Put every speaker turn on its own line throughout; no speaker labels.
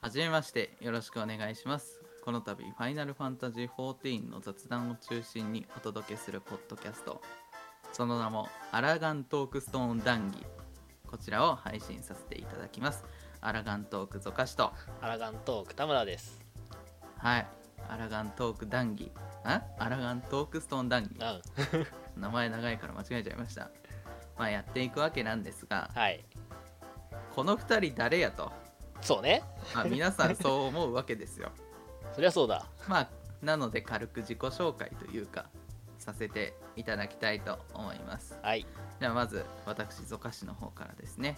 はじめまして、よろしくお願いします。この度、ファイナルファンタジー14の雑談を中心にお届けするポッドキャスト、その名もアラガントークストーン談義、こちらを配信させていただきます。アラガントークゾカシと、
アラガントーク田村です。
はい、アラガントーク談義、あアラガントークストーン談義、
うん。
名前長いから間違えちゃいました。まあ、やっていくわけなんですが、
はい。
この2人誰やと、
そうね。
まあ、皆さんそう思うわけですよ。
そりゃそうだ。
まあなので軽く自己紹介というかさせていただきたいと思います
はい。
ではまず私ゾカシの方からですね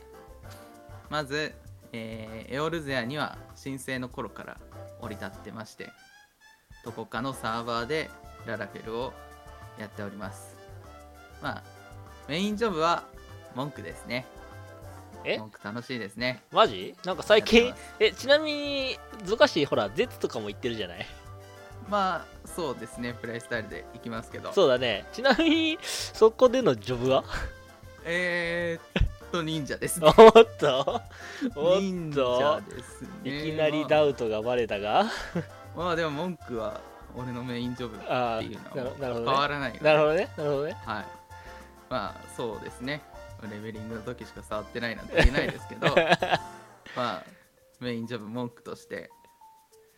まず、えーエオルゼアには申請の頃から降り立ってましてどこかのサーバーでララフェルをやっておりますまあメインジョブは文句ですね
え
文句楽しいですね
マジなんか最近
やって、
え、ちなみに、ゾカシ、ほら、Z とかも言ってるじゃない
まあそうですねプレイスタイルでいきますけど
そうだね。ちなみに、そこでのジョ ブは
えー、っと忍者ですね
おっとお
忍
っ
者
と
ですね
いきなり
まあ
ダウトがバレたが、
まあでも文句は俺のメインジョブって
ああ
いう
ー、な
のは変
るなるほど
わ
ね。
らない
なるほ
ど
どね。なるほどね。
はいまあそうですねレベリングの時しか触ってないなんて言えないですけ どまあメインジョブ文句として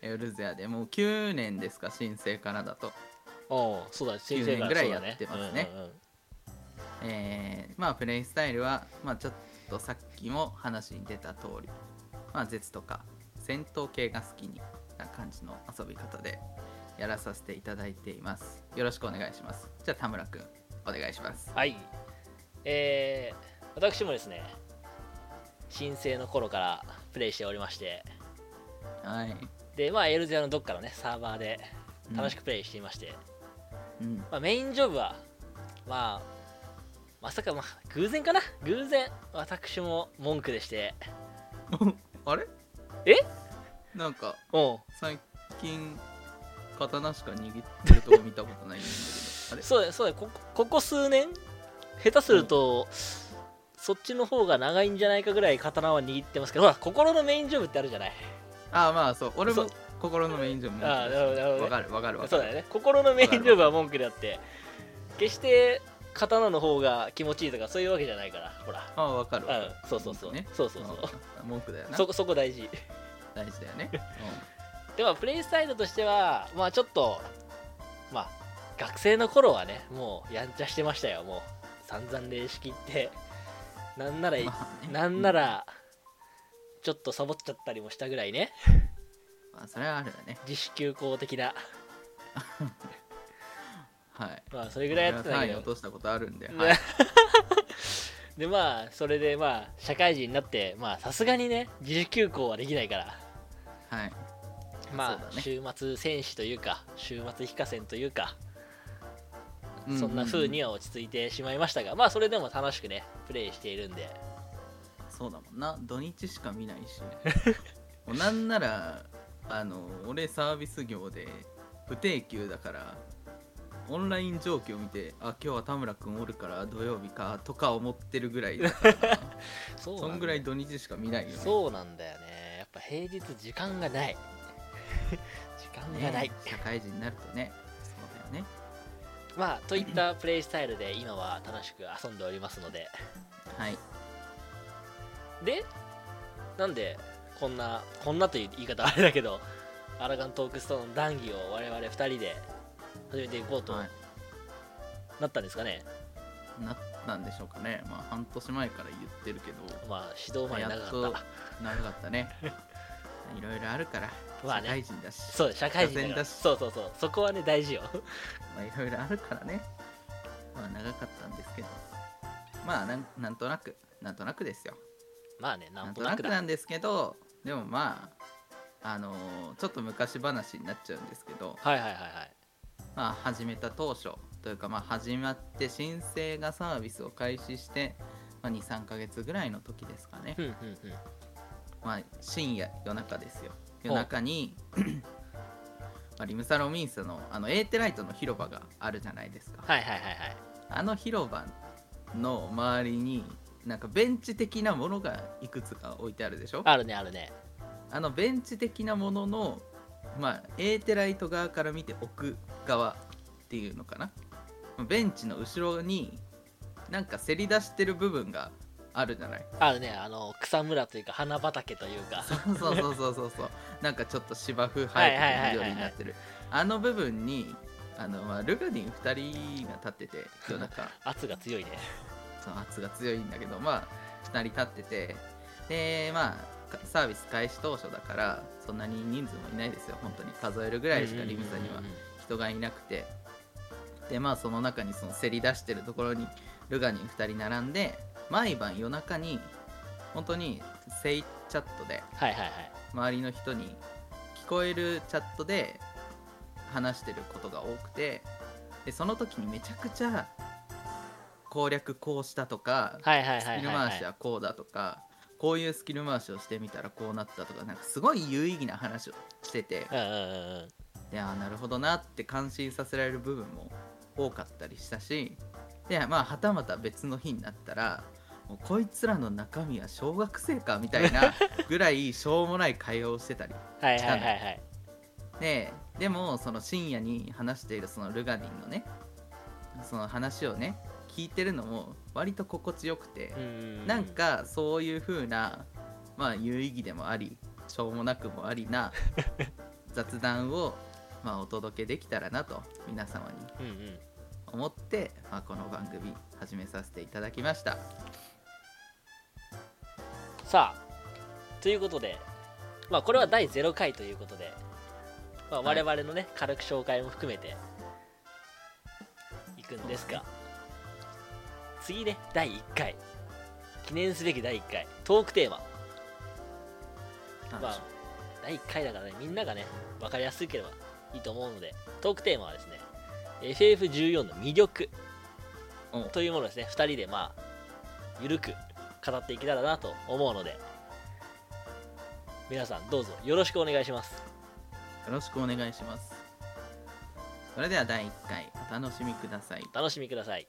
ウルゼアでもう9年ですか申請からだと、
おうそうだ、先生
9年
か
ぐ
ら
ら
そ
いうや
だ
っ
ね
て。ますね
うんうんうん
えーまあプレイスタイルは、まあ、ちょっとさっきも話に出た通りまあ絶とか戦闘系が好きな感じの遊び方でやらさせていただいていますよろしくお願いしますじゃあ田村くんお願いします
はい。えー、私もですね、新生の頃からプレイしておりまして、
はい
で、まあ、エルゼアのどっかのね、サーバーで楽し
く
くプレイしていまして、
うん
まあ、メインジョブは、まあ、まさか、まあ、偶然かな偶然、私も文句でして、
あれ
え
なんか
うん、
最近刀しか握ってるとこ見た ことないんだけどあれ
そうだよそうだよここここ数年、下手すると、そっちの方が長いんじゃないかぐらい刀は握ってますけど、ほら、心のメインジョブってあるじゃない。
ああまあそう俺
そ
も
う
心のメインジョブ持って
あーなるほどなるほどね
わかるわかるわか
そう
る
だよね心のメインジョブは文句であって決して刀の方が気持ちいいとかそういうわけじゃないからほら
ああわかるわかる
うんそうそうそう、
ね
そうそうそう
うん文句だよな
そこそこ大事
大事だ よね、
ではプレイスタイルとしてはまあちょっとまあ学生の頃はねもうやんちゃしてましたよもう散々礼式ってなんなら、
うんまあね
なんな、らちょっとサボっちゃったりもしたぐらいね
まあ、それはあるよね
自主休校的な
はい
まあそれ
ぐ
ぐらいやってたんだ
単
け
位
ど
落としたことあるんで、
ね
はい
でまあそれでまあ社会人になってまあさすがにね自主休校はできないから
はい
ま
そう
あ、
だね
週末戦士というか週末非課戦というか、
うう
そんな風には落ち着いてしまいましたがまあそれでも楽しくねプレイしているんで
そうだもんな土日しか見ないし もうなんならあの俺サービス業で不定休だからオンライン状況見てあ今日は田村君おるから土曜日かとか思ってるぐらいだ から
そう
そんぐらい土日しか見ないよね
そうなんだよねやっぱ平日時間 がない時間がない、
ね社会人になるとねそうだよね
まあといったプレイスタイルで今は楽しく遊んでおりますので
はい
でなんでこんなこんなという言い方はあれだけどアラガントークストーンの談義を我々2人で始めていこうと
は
ないったんですかね、
なったんでしょうかね、まあ、半年前から言ってるけど
まあ指導前長か
やっ
っ
長かった ねいろいろあるから、
まあね
社会人だし、
たそう社会人
打
だ
線
か
だ
ら
し
そうそうそうそこはね大事よ
まあ、いろいろあるからねまあ長かったんですけどまあなんなんとなくなんとなくですよ
まあねな
なん
んと
と
な
なく
くだ
なんですけどでもまああのーちょっと昔話になっちゃうんですけど
はいはいはいはい
まあ始めた当初というかまあ始まって申請がサービスを開始して、まあ、23ヶ月ぐらいの時ですかね
ふんふんふん
まあ、深夜夜中ですよ
ほう
夜中に まあリムサロミンスのあのエーテライトの広場があるじゃないですか
はいはいはいはい
あの広場の周りになんかベンチ的なものがいくつか置いてあるでしょ
あるねあるね
あのベンチ的なもののまあエーテライト側から見て奥側っていうのかなベンチの後ろになんかせり出してる部分があるじゃない
あるねあの草むらというか花畑というか
そうそうそうそうそうそうなんかちょっと芝生生えてる緑になってるあの部分にあの、まあ、ルガディン2人が立ってて今日なん か
圧が強いね
その圧が強いんだけどまあ2人立っててでまあかサービス開始当初だからそんなに人数もいないですよ本当に数えるぐらいしかリムさんには
うんうんうん
人がいなくてでまあその中にそのせり出してるところにルガニン2人並んで毎晩夜中に本当にセイチャットで
はいはいはい
周りの人に聞こえるチャットで話してることが多くてでその時にめちゃくちゃ攻略こうしたとか
はいはい
ス
はい
キル
はいは
回
い
しはこうだとかこういうスキル回しをしてみたらこうなったとかなんかすごい有意義な話をしてて
うんうんうんうん
いやーなるほどなって感心させられる部分も多かったりしたしでまあはたまた別の日になったらもうこいつらの中身は小学生かみたいなぐらいしょうもない会話をしてたり
はいはいはいはい
ででもその深夜に話しているそのルガニンのねその話をね聞いてるのも割と心地よくて、
うんうん
なんかそういう風なまあ有意義でもありしょうもなくもあり な雑談をまあお届けできたらなと皆様に
うんうん
思って、まあ、この番組始めさせていただきました
さあということで、まあ、これは第0回ということで、まあ、
は
我
い
々のね、軽く紹介も含めていくんですが次ね第1回記念すべき第1回トークテーマ、
なん
ま
でし
あ、第1回だからねみんながね分かりやすければいいと思うのでトークテーマはですね FF14 の魅力
ょうお
というものをですね2人でまあゆるく語っていけたらなと思うので皆さんどうぞよろしくお願いします
よろしくお願いしますそれでは第1回お楽しみください
楽しみください